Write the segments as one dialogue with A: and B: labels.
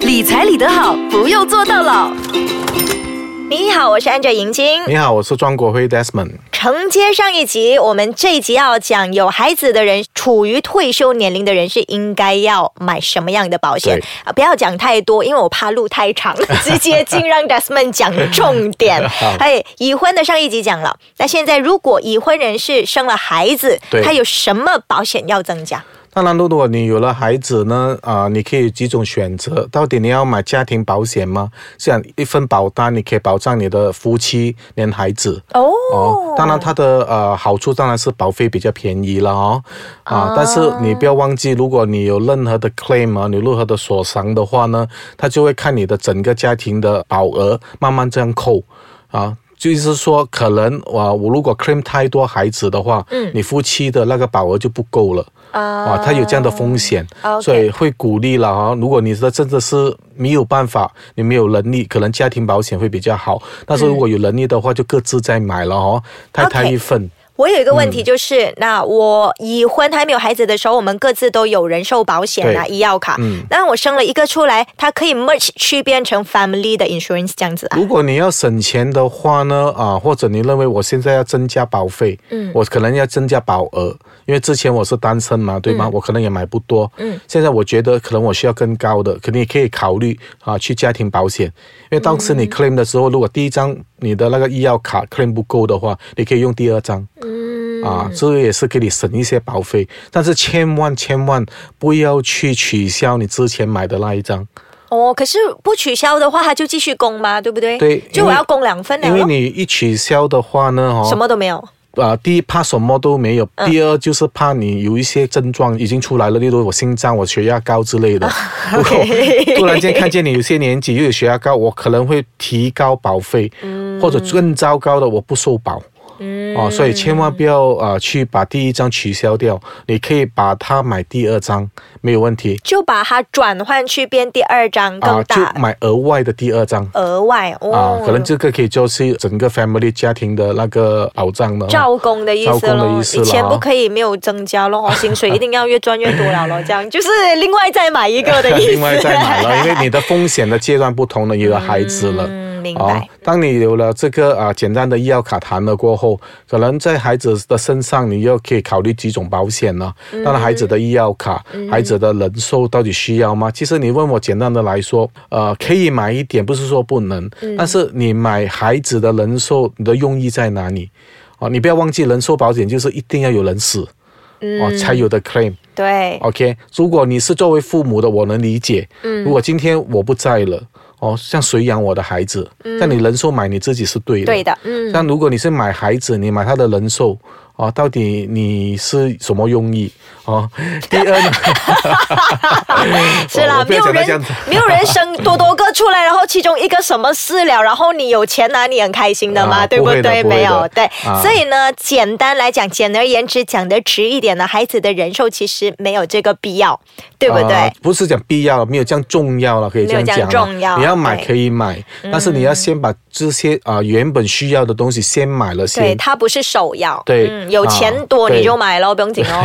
A: 理财理得好，不用做到老。
B: 你好，我是 Angel 银晶。
C: 你好，我是庄国辉 Desmond。
B: 承接上一集，我们这一集要讲有孩子的人，处于退休年龄的人是应该要买什么样的保险
C: 对
B: 啊？不要讲太多，因为我怕路太 长，直接进让 Desmond 讲重点。哎，已婚的上一集讲了，那现在如果已婚人士生了孩子，
C: 对
B: 他有什么保险要增加？
C: 当然，如果你有了孩子呢，啊、你可以有几种选择。到底你要买家庭保险吗？像一份保单，你可以保障你的夫妻连孩子。
B: 哦
C: 哦，当然它的呃好处当然是保费比较便宜了哦，啊，但是你不要忘记，如果你有任何的 claim 啊，你有任何的所伤的话呢，它就会看你的整个家庭的保额慢慢这样扣，啊。就是说，可能我、啊我如果 claim 太多孩子的话，嗯，你夫妻的那个保额就不够了，啊，它有这样的风险，
B: OK
C: 所以会鼓励了啊。如果你的真的是没有办法，你没有能力，可能家庭保险会比较好。但是如果有能力的话，就各自再买了哦，太太
B: OK
C: 一份。
B: 我有一个问
C: 嗯
B: 题就是，那我已婚还没有孩子的时候，我们各自都有人寿保险啊、
C: 对
B: 医药卡。
C: 嗯
B: 但我生了一个出来，它可以 merge 去变成 family 的 insurance 这样子啊。
C: 如果你要省钱的话呢，啊，或者你认为我现在要增加保费，嗯，我可能要增加保额，因为之前我是单身嘛，对吗？我可能也买不多，嗯，现在我觉得可能我需要更高的，可能也可以考虑啊，去家庭保险，因为当时你 claim 的时候，如果第一张你的那个医药卡 claim 不够的话，你可以用第二张，嗯，啊，这个也是给你省一些保费，但是千万千万不要去取消你之前买的那一张。
B: 哦，可是不取消的话，它就继续供嘛，对不对？
C: 对
B: 就我要供两份了
C: 因为
B: 咯，
C: 你一取消的话呢，哦，
B: 什么都没有。
C: 啊、第一怕什么都没有，
B: 嗯
C: 第二就是怕你有一些症状已经出来了，例如我心脏、我血压高之类 的。如果
B: OK
C: 突然间看见你有些年纪又有血压高，我可能会提高保费，
B: 嗯
C: 或者更糟糕的我不收保。哦，所以千万不要啊、呃去把第一张取消掉，你可以把它买第二张，没有问题
B: 就把它转换去变第二张
C: 啊、
B: 更
C: 就
B: 大、
C: 买额外的第二张。
B: 额外
C: 啊
B: 哦，，
C: 可能这个可以就是整个 family 家庭的那个保障了。
B: 照供的意思
C: 哦照供
B: 咯
C: 的意，思
B: 以
C: 啦
B: 前不可以没有增加 咯，薪水一定要越赚越多了咯，这样就是另外再买一个的意思。
C: 另外再买了，因为你的风险的阶段不同了，也有孩子了。
B: 嗯，明
C: 哦
B: 白。，
C: 当你有了这个啊、简单的医药卡谈了过后，可能在孩子的身上，你又可以考虑几种保险了。
B: 嗯
C: 当然，孩子的医药卡、孩子的人寿到底需要吗？其实你问我简单的来说，呃，可以买一点，不是说不能，
B: 嗯
C: 但是你买孩子的人寿，你的用意在哪里？哦，你不要忘记，人寿保险就是一定要有人死，哦
B: 嗯
C: 才有的 claim。
B: 对，
C: OK，如果你是作为父母的，我能理解。嗯，如果今天我不在了，哦，像谁养我的孩子？像你人寿买你自己是对
B: 嗯
C: 的。
B: 对的，嗯，
C: 但如果你是买孩子，你买他的人寿，哦，到底你是什么用意？哦，第二呢，
B: 是啦
C: 我，哦不
B: 没
C: 要
B: 有
C: 讲到这
B: 人
C: 样子
B: 没有人生多多个出来，然后其中一个什么事了，然后你有钱拿，你很开心的嘛，
C: 啊
B: 对不
C: 不
B: 对？
C: 会的不会的
B: 没有，对，
C: 啊
B: 所以呢，简单来讲，简而言之，讲得直一点呢，孩子的人寿其实没有这个必要， 对不对
C: 啊？不是讲必要了，没有这样重要了，可以这样讲了。
B: 没有这样重要
C: 你要买
B: 对嗯
C: 可以买，但是你要先把这些啊、原本需要的东西先买了先。
B: 对，它不是首要。
C: 对
B: 嗯，有钱多
C: 啊
B: 你
C: 对
B: 就买咯，不用紧 哦。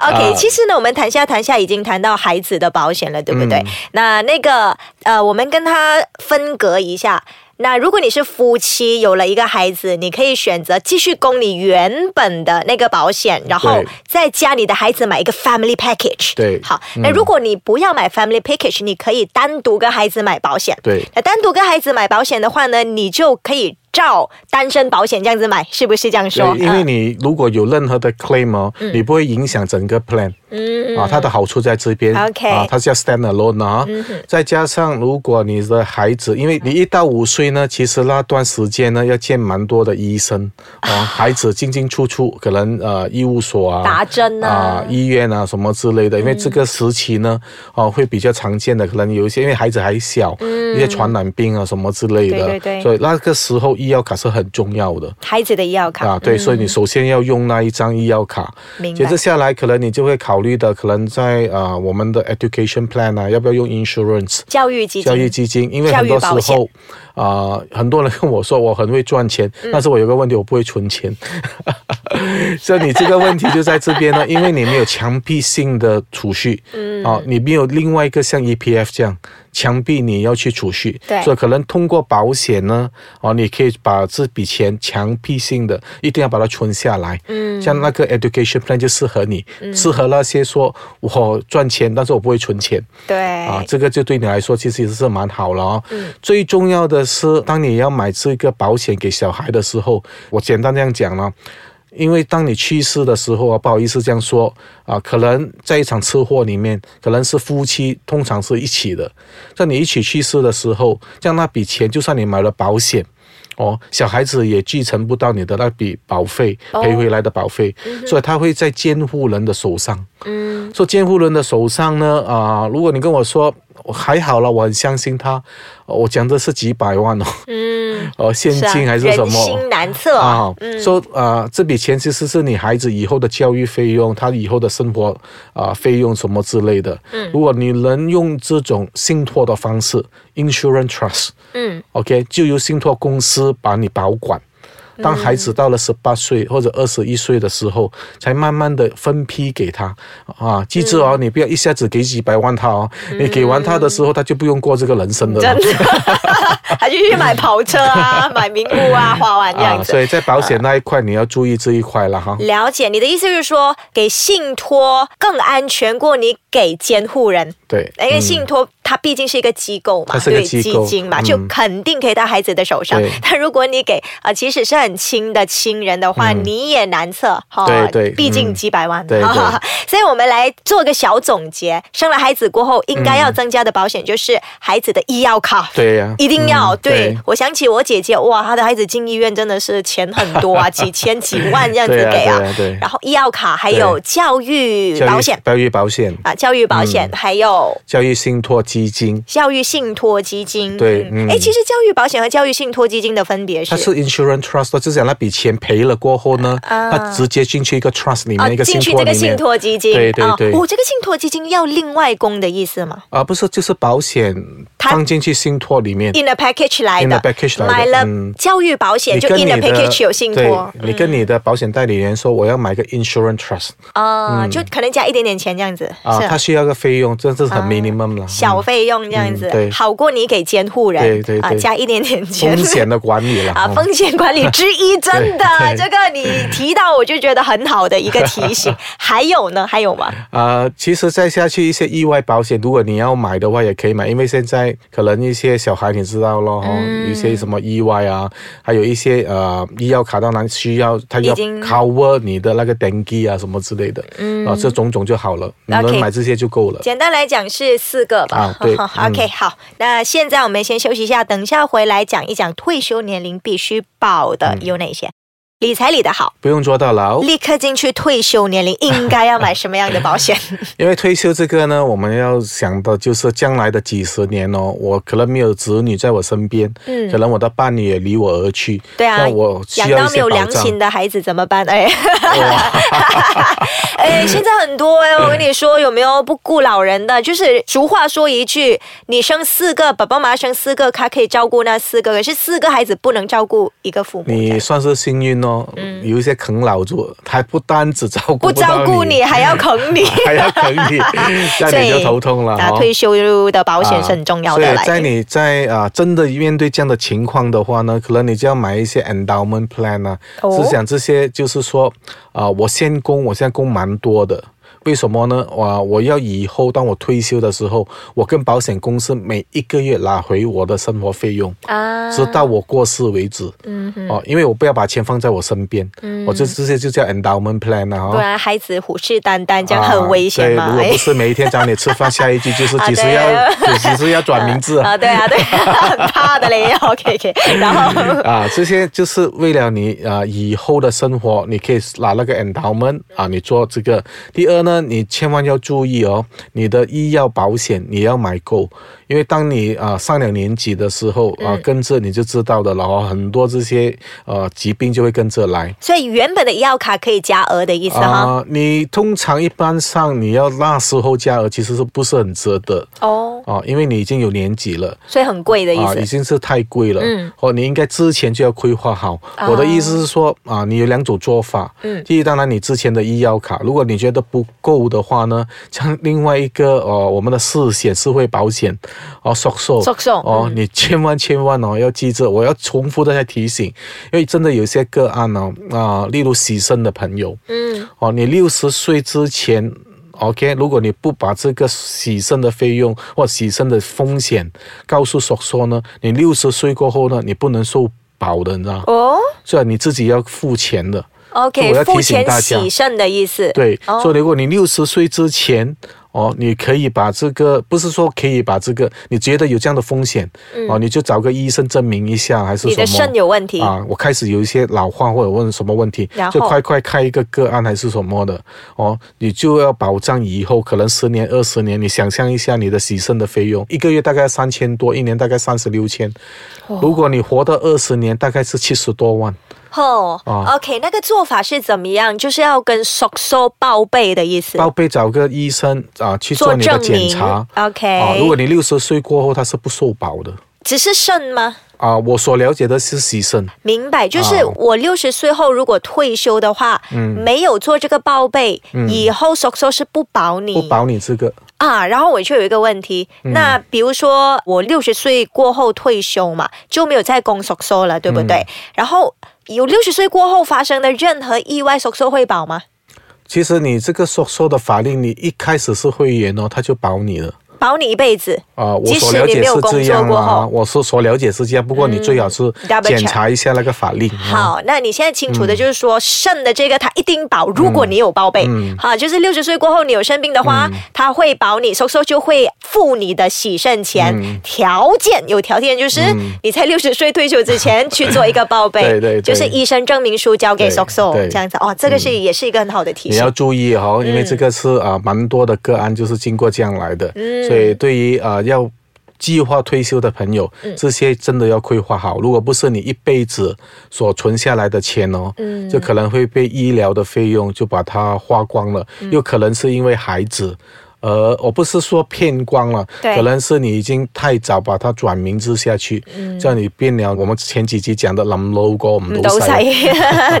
B: OK，、
C: 啊
B: 其实呢，我们谈下谈下已经谈到孩子的保险了，对不对？嗯那那个呃，我们跟他分隔一下。那如果你是夫妻，有了一个孩子，你可以选择继续供你原本的那个保险，然后
C: 对
B: 再加你的孩子买一个 family package。
C: 对
B: 好，那哎如果你不要买 family package，你可以单独跟孩子买保险。
C: 对
B: 那单独跟孩子买保险的话呢，你就可以照单身保险这样子买，是不是这样说？啊嗯
C: 对，因为你如果有任何的 claim 哦，你不会影响整个 plan。嗯啊，它的好处在这边。
B: OK 嗯
C: 啊，它叫 stand alone 啊。再加上，如果你的孩子，因为你一到五岁呢，其实那段时间呢要见蛮多的医生 啊，孩子进进出出，可能呃医务所啊，
B: 打针啊嗯
C: 医院啊什么之类的，因为这个时期呢，哦、会比较常见的，可能有一些因为孩子还小，一些传染病啊什么之类的，
B: 嗯对对对
C: 所以那个时候医医药卡是很重要的
B: 孩子的医药卡嗯
C: 啊。对，所以你首先要用那一张医药卡，
B: 明
C: 接
B: 白
C: 着下来可能你就会考虑的，可能在啊、呃我们的 education plan 啊，要不要用 insurance？
B: 教育基金，
C: 教育基金，因为很多时
B: 教育保险
C: 候，啊、很多人跟我说我很会赚钱，
B: 嗯
C: 但是我有个问题，我不会存钱。 所以你这个问题就在这边 呢，因为你没有强迫性的储蓄，嗯，啊，你没有另外一个像 EPF 这样强迫你要去储蓄，
B: 对
C: 所以可能通过保险呢，哦、你可以把这笔钱强迫性的一定要把它存下来，嗯，像那个 education plan 就适合你，
B: 嗯
C: 适合那些说我赚钱，但是我不会存钱，
B: 对
C: 啊，这个就对你来说其实也是蛮好了哦。最重要的是，当你要买这个保险给小孩的时候，我简单这样讲了。因为当你去世的时候啊，不好意思这样说啊，可能在一场车祸里面，可能是夫妻通常是一起的，在你一起去世的时候，像那笔钱，就算你买了保险，哦，小孩子也继承不到你的那笔保费
B: 哦嗯
C: 赔回来的保费，所以他会在监护人的手上。嗯，说监护人的手上呢，啊、如果你跟我说我还好了，我很相信他，呃我讲的是几百万 哦，
B: 嗯，
C: 呃，现
B: 是啊
C: 金还是什
B: 人
C: 么？
B: 心难测
C: 啊，说啊，这笔钱其实是你孩子以后的教育费用，他以后的生活啊、费用什么之类的。嗯，如果你能用这种信托的方式，insurance trust，
B: 嗯
C: ，OK，就由信托公司把你保管。当孩子到了十八岁或者二十一岁的时候，才慢慢的分批给他啊。记住哦，你不要一下子给几百万他哦，你给完他的时候，他就不用过这个人生的了。
B: 真 的，还就去买跑车啊，买名物啊，花完这样
C: 啊，
B: 子。
C: 所以在保险那一块，你要注意这一块了哈。
B: 了解你的意思就是说，给信托更安全过你给监护人，
C: 对，
B: 因为
C: 嗯
B: 信托它毕竟是一个机构嘛，
C: 它是个
B: 对
C: 机构
B: 金嘛，
C: 嗯
B: 就肯定可以到孩子的手上
C: 对。
B: 但如果你给啊，呃即使是很亲的亲人的话，你也难测哈。
C: 嗯对对
B: 毕竟
C: 嗯
B: 几百万。
C: 对对
B: 所以我们来做个小总结：生了孩子过后，应该要增加的保险就是孩子的医药卡。
C: 对呀、
B: 一定要、
C: 嗯
B: 对
C: 对
B: 我想起我姐姐，哇，她的孩子进医院真的是钱很多 啊，几千几万这样子
C: 对呀
B: 给啊。
C: 对呀对
B: 然后医药卡，还有
C: 对
B: 教育
C: 教育嗯
B: 保险
C: 教育保险、
B: 啊，教育保险，还有
C: 教育信托基金，
B: 教育信托基金。
C: 对
B: 嗯
C: 嗯
B: 哎、其实教育保险和教育信托基金的分别是
C: 它。是 insurance trust，就是讲那笔钱赔了过后呢，它直接进去一个 trust 里面、一个信
B: 啊哦进去这
C: 托里
B: 个
C: 面。
B: 信托基金，
C: 对对对
B: 我、哦这个信托基金要另外供的意思吗
C: 啊，不是，就是保险
B: 它
C: 放进去信托里面，
B: ？In a package 来
C: In
B: 的
C: a package 来的
B: 买了
C: 嗯
B: 教育保险就 In a package 有信托嗯
C: 对，你嗯跟你的保险代理人说，我要买个 insurance trust
B: 啊、就可能加一点点钱这样子，
C: 啊，
B: 是啊
C: 它需要个费用，这是很 minimum 嗯了。
B: 小费用这样子，
C: 嗯对
B: 好过你给监护人
C: 对对
B: 啊
C: 对
B: 加一点点钱
C: 嗯、风险的管理了
B: 啊，
C: 嗯
B: 风险管理之一，真的，
C: 对
B: 这个你提到我就觉得很好的一个提 醒。还有呢，还有吗？
C: 呃，其实再下去一些意外保险，如果你要买的话，也可以买，因为现在可能一些小孩你知道咯，
B: 嗯
C: 哦一些什么意外啊，还有一些呃医药卡当然需要，它要
B: 已经
C: cover 你的那个 dengue 啊什么之类的，嗯，啊这种种就好了，你
B: OK
C: 能买这些就够了。
B: 简单来讲是四个吧。
C: 啊 对
B: OK，好，那现在我们先休息一下，等一下回来讲一讲退休年龄必须保的
C: 嗯
B: 有哪些。理财理得好，
C: 不用做到老，
B: 立刻进去退休年龄应该要买什么样的保险？
C: 因为退休这个呢，我们要想的就是将来的几十年哦，我可能没有子女在我身边，
B: 嗯
C: 可能我的伴侣也离我而去，
B: 对啊
C: 那我 需
B: 养
C: 要一
B: 到没
C: 些
B: 有
C: 保
B: 良
C: 障
B: 心。的孩子怎么办？哎，哎，现在很多哎、我跟你说，有没有不顾老人的？就是俗话说一句，你生四个，爸爸妈妈生四个，他可以照顾那四个，可是四个孩子不能照顾一个父母。
C: 你算是幸运哦，有一些啃老族，他不单只照顾
B: 嗯不
C: 到
B: 照顾
C: 你
B: 你，，还要啃你，
C: 还要 啃你，这样你就头痛了
B: 所以
C: 哦
B: 啊，退休的保险是很重要的
C: 啊
B: 来
C: 所以在你在啊、真的面对这样的情况的话呢，可能你就要买一些 endowment plan 啊，
B: 哦
C: 是讲这些就是说啊、我先供，我现在供蛮多的。为什么呢？我、我要以后当我退休的时候，我跟保险公司每一个月拿回我的生活费用。
B: 啊，
C: 直到我过世为止。嗯哦，因为我不要把钱放在我身边，嗯、我这这些就叫 endowment plan 啊、
B: 不
C: 哦。
B: 然孩子虎视眈眈，这样很危险
C: 啊
B: 嘛。
C: 对，如
B: 哎
C: 果不是每一天找你吃 饭，下一句就是
B: 啊
C: 几时
B: 对
C: 要、 几时要转名字
B: 啊，对啊，对啊，很怕的嘞。OK OK，然后
C: 啊，这些就是为了你啊以后的生活，你可以拿那个 endowment 啊，你做这个。第二呢，呢，你千万要注意哦，你的医药保险你要买够，因为当你啊、上了年纪的时候
B: 嗯
C: 啊、跟着你就知道的了哦，很多这些呃疾病就会跟着来。
B: 所以原本的医药卡可以加额的意思哈。
C: 啊、你通常一般上你要那时候加额，其实是不是很值得
B: 哦，
C: 啊？因为你已经有年纪了。
B: 所以很贵的意
C: 啊，已
B: 思。
C: 经是太贵了。
B: 嗯，
C: 哦，你应该之前就要规划好。
B: 哦
C: 我的意思是说啊，你有两种做法。嗯，第一，当然你之前的医药卡，如果你觉得不够的话呢，像另外一个哦，我们的四险社会保险哦，索寿
B: 索寿
C: 哦，你千万千万哦要记着，我要重复的在提醒，因为真的有些个案呢、啊，例如洗肾的朋友，
B: 嗯，
C: 哦，你六十岁之前。OK，如果你不把这个洗肾的费用或洗肾的风险告诉所说呢，你六十岁过后呢，你不能受保的，你知道吗？
B: 哦
C: 所以你自己要付钱的。
B: ，OK，
C: 我要
B: 付
C: 提醒
B: 钱
C: 大家
B: 洗肾的意思。
C: 对，
B: 哦
C: 所以如果你六十岁之前。哦，你可以把这个，不是说可以把这个，你觉得有这样的风险，哦，你就找个医生证明一下，还
B: 嗯
C: 是
B: 你
C: 什
B: 的
C: 么？
B: 肾有问题
C: 啊，我开始有一些老化或者问什么问题
B: 然，后
C: 就快快开一个个案还是什么的，哦，你就要保障以后可能十年二十年，你想象一下你的洗肾的费用，一个月大概三千多，一年大概三十六千，如果你活到二十年，大概是七十多万。
B: 哦
C: 啊
B: ，OK，那个做法是怎么样？就是要跟叔叔报备的意思，
C: 报备找个医生啊去
B: 做
C: 做你的
B: 证
C: 检
B: 明
C: 查。
B: OK，、
C: 啊，如果你六十岁过后，他是不受保的。
B: 只是肾吗？
C: 啊，我所了解的是牺牲，
B: 明白，就是
C: 啊嗯
B: 我六十岁后如果退休的话，没有做这个报备，以后叔叔是不保你
C: 不保嗯你这个
B: 啊。然后我就有一个问题，那比如说我六十岁过后退休嘛，就没有再供叔叔了，对不
C: 嗯
B: 对？然后有六十岁过后发生的任何意外，叔叔会保吗？
C: 其实你这个所说的法令，你一开始是会员哦，他就保你了。
B: 保你一辈子。
C: 啊，我
B: 即
C: 所
B: 使
C: 了
B: 你
C: 解
B: 没有
C: 是
B: 工
C: 这
B: 作
C: 样
B: 过
C: 啊，
B: 后，嗯
C: 我是所了解是这样。不过你最好是
B: double
C: 检
B: check
C: 查一下那个法令。啊，
B: 好，那你现在清楚
C: 嗯
B: 的就是说，肾的这个它一定保，如果你有报备，
C: 嗯
B: 好，就是六十岁过后你有生病的话，它会保你，收收就会付你的洗肾钱，
C: 嗯
B: 条件有条件就是你在六十岁退休之前去做一个报备，
C: 对对对
B: 就是医生证明书交给
C: 对
B: 收收
C: 对嗯
B: 这样子，哦，这个是也是一嗯个很好的提
C: 你要
B: 醒。
C: 注意哦，因为这个是啊、蛮多的个案就是经过这样来的，
B: 嗯
C: 所以对于啊、要计划退休的朋友，
B: 嗯
C: 这些真的要规划好。如果不是你一辈子所存下来的钱哦，
B: 嗯
C: 就可能会被医疗的费用就把它花光了，
B: 嗯
C: 又可能是因为孩子。呃，我不是说骗光了，
B: 对
C: 可能是你已经太早把它转名字下去，
B: 嗯
C: 这样你变了。我们前几集讲的林 logo，我们都
B: 都晒
C: 晒，，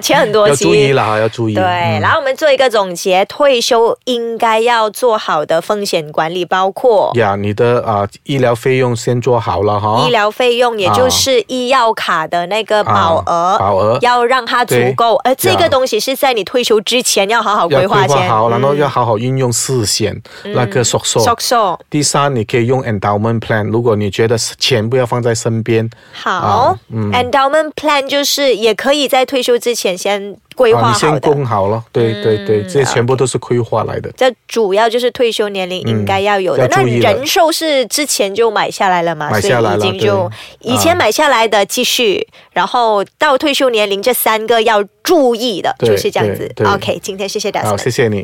B: 钱很多
C: 要
B: 期。
C: 注意啦，要注意。
B: 对，
C: 嗯
B: 然后我们做一个总结，退休应该要做好的风险管理，包括
C: 呀，你的啊、医疗费用先做好了哈，
B: 医疗费用，也就是医药卡的那个保额，
C: 啊啊保额
B: 要让它足够。而这个
C: 呀
B: 东西是在你退休之前要好好
C: 要
B: 规划先。嗯
C: 好，然后要好好运用四险、那个索索。
B: 收收
C: 第三，你可以用 endowment plan，如果你觉得钱不要放在身边，
B: 好、
C: 啊
B: endowment plan 就是也可以在退休之前先规
C: 啊，
B: 划
C: 你
B: 好
C: 先
B: 的。嗯
C: 供好了，对对对，这些全部都是规划来的。
B: 这主要就是退休年龄应该要有的。
C: 嗯要
B: 那
C: 注意了
B: 人寿是之前就买下来了嘛，
C: 买下来了
B: 所以已经就
C: 对啊
B: 以前买下来的继续，然后到退休年龄这三个要注意的，
C: 对
B: 就是这样子
C: 对。对
B: OK，今天谢谢大家。
C: 好，谢谢你。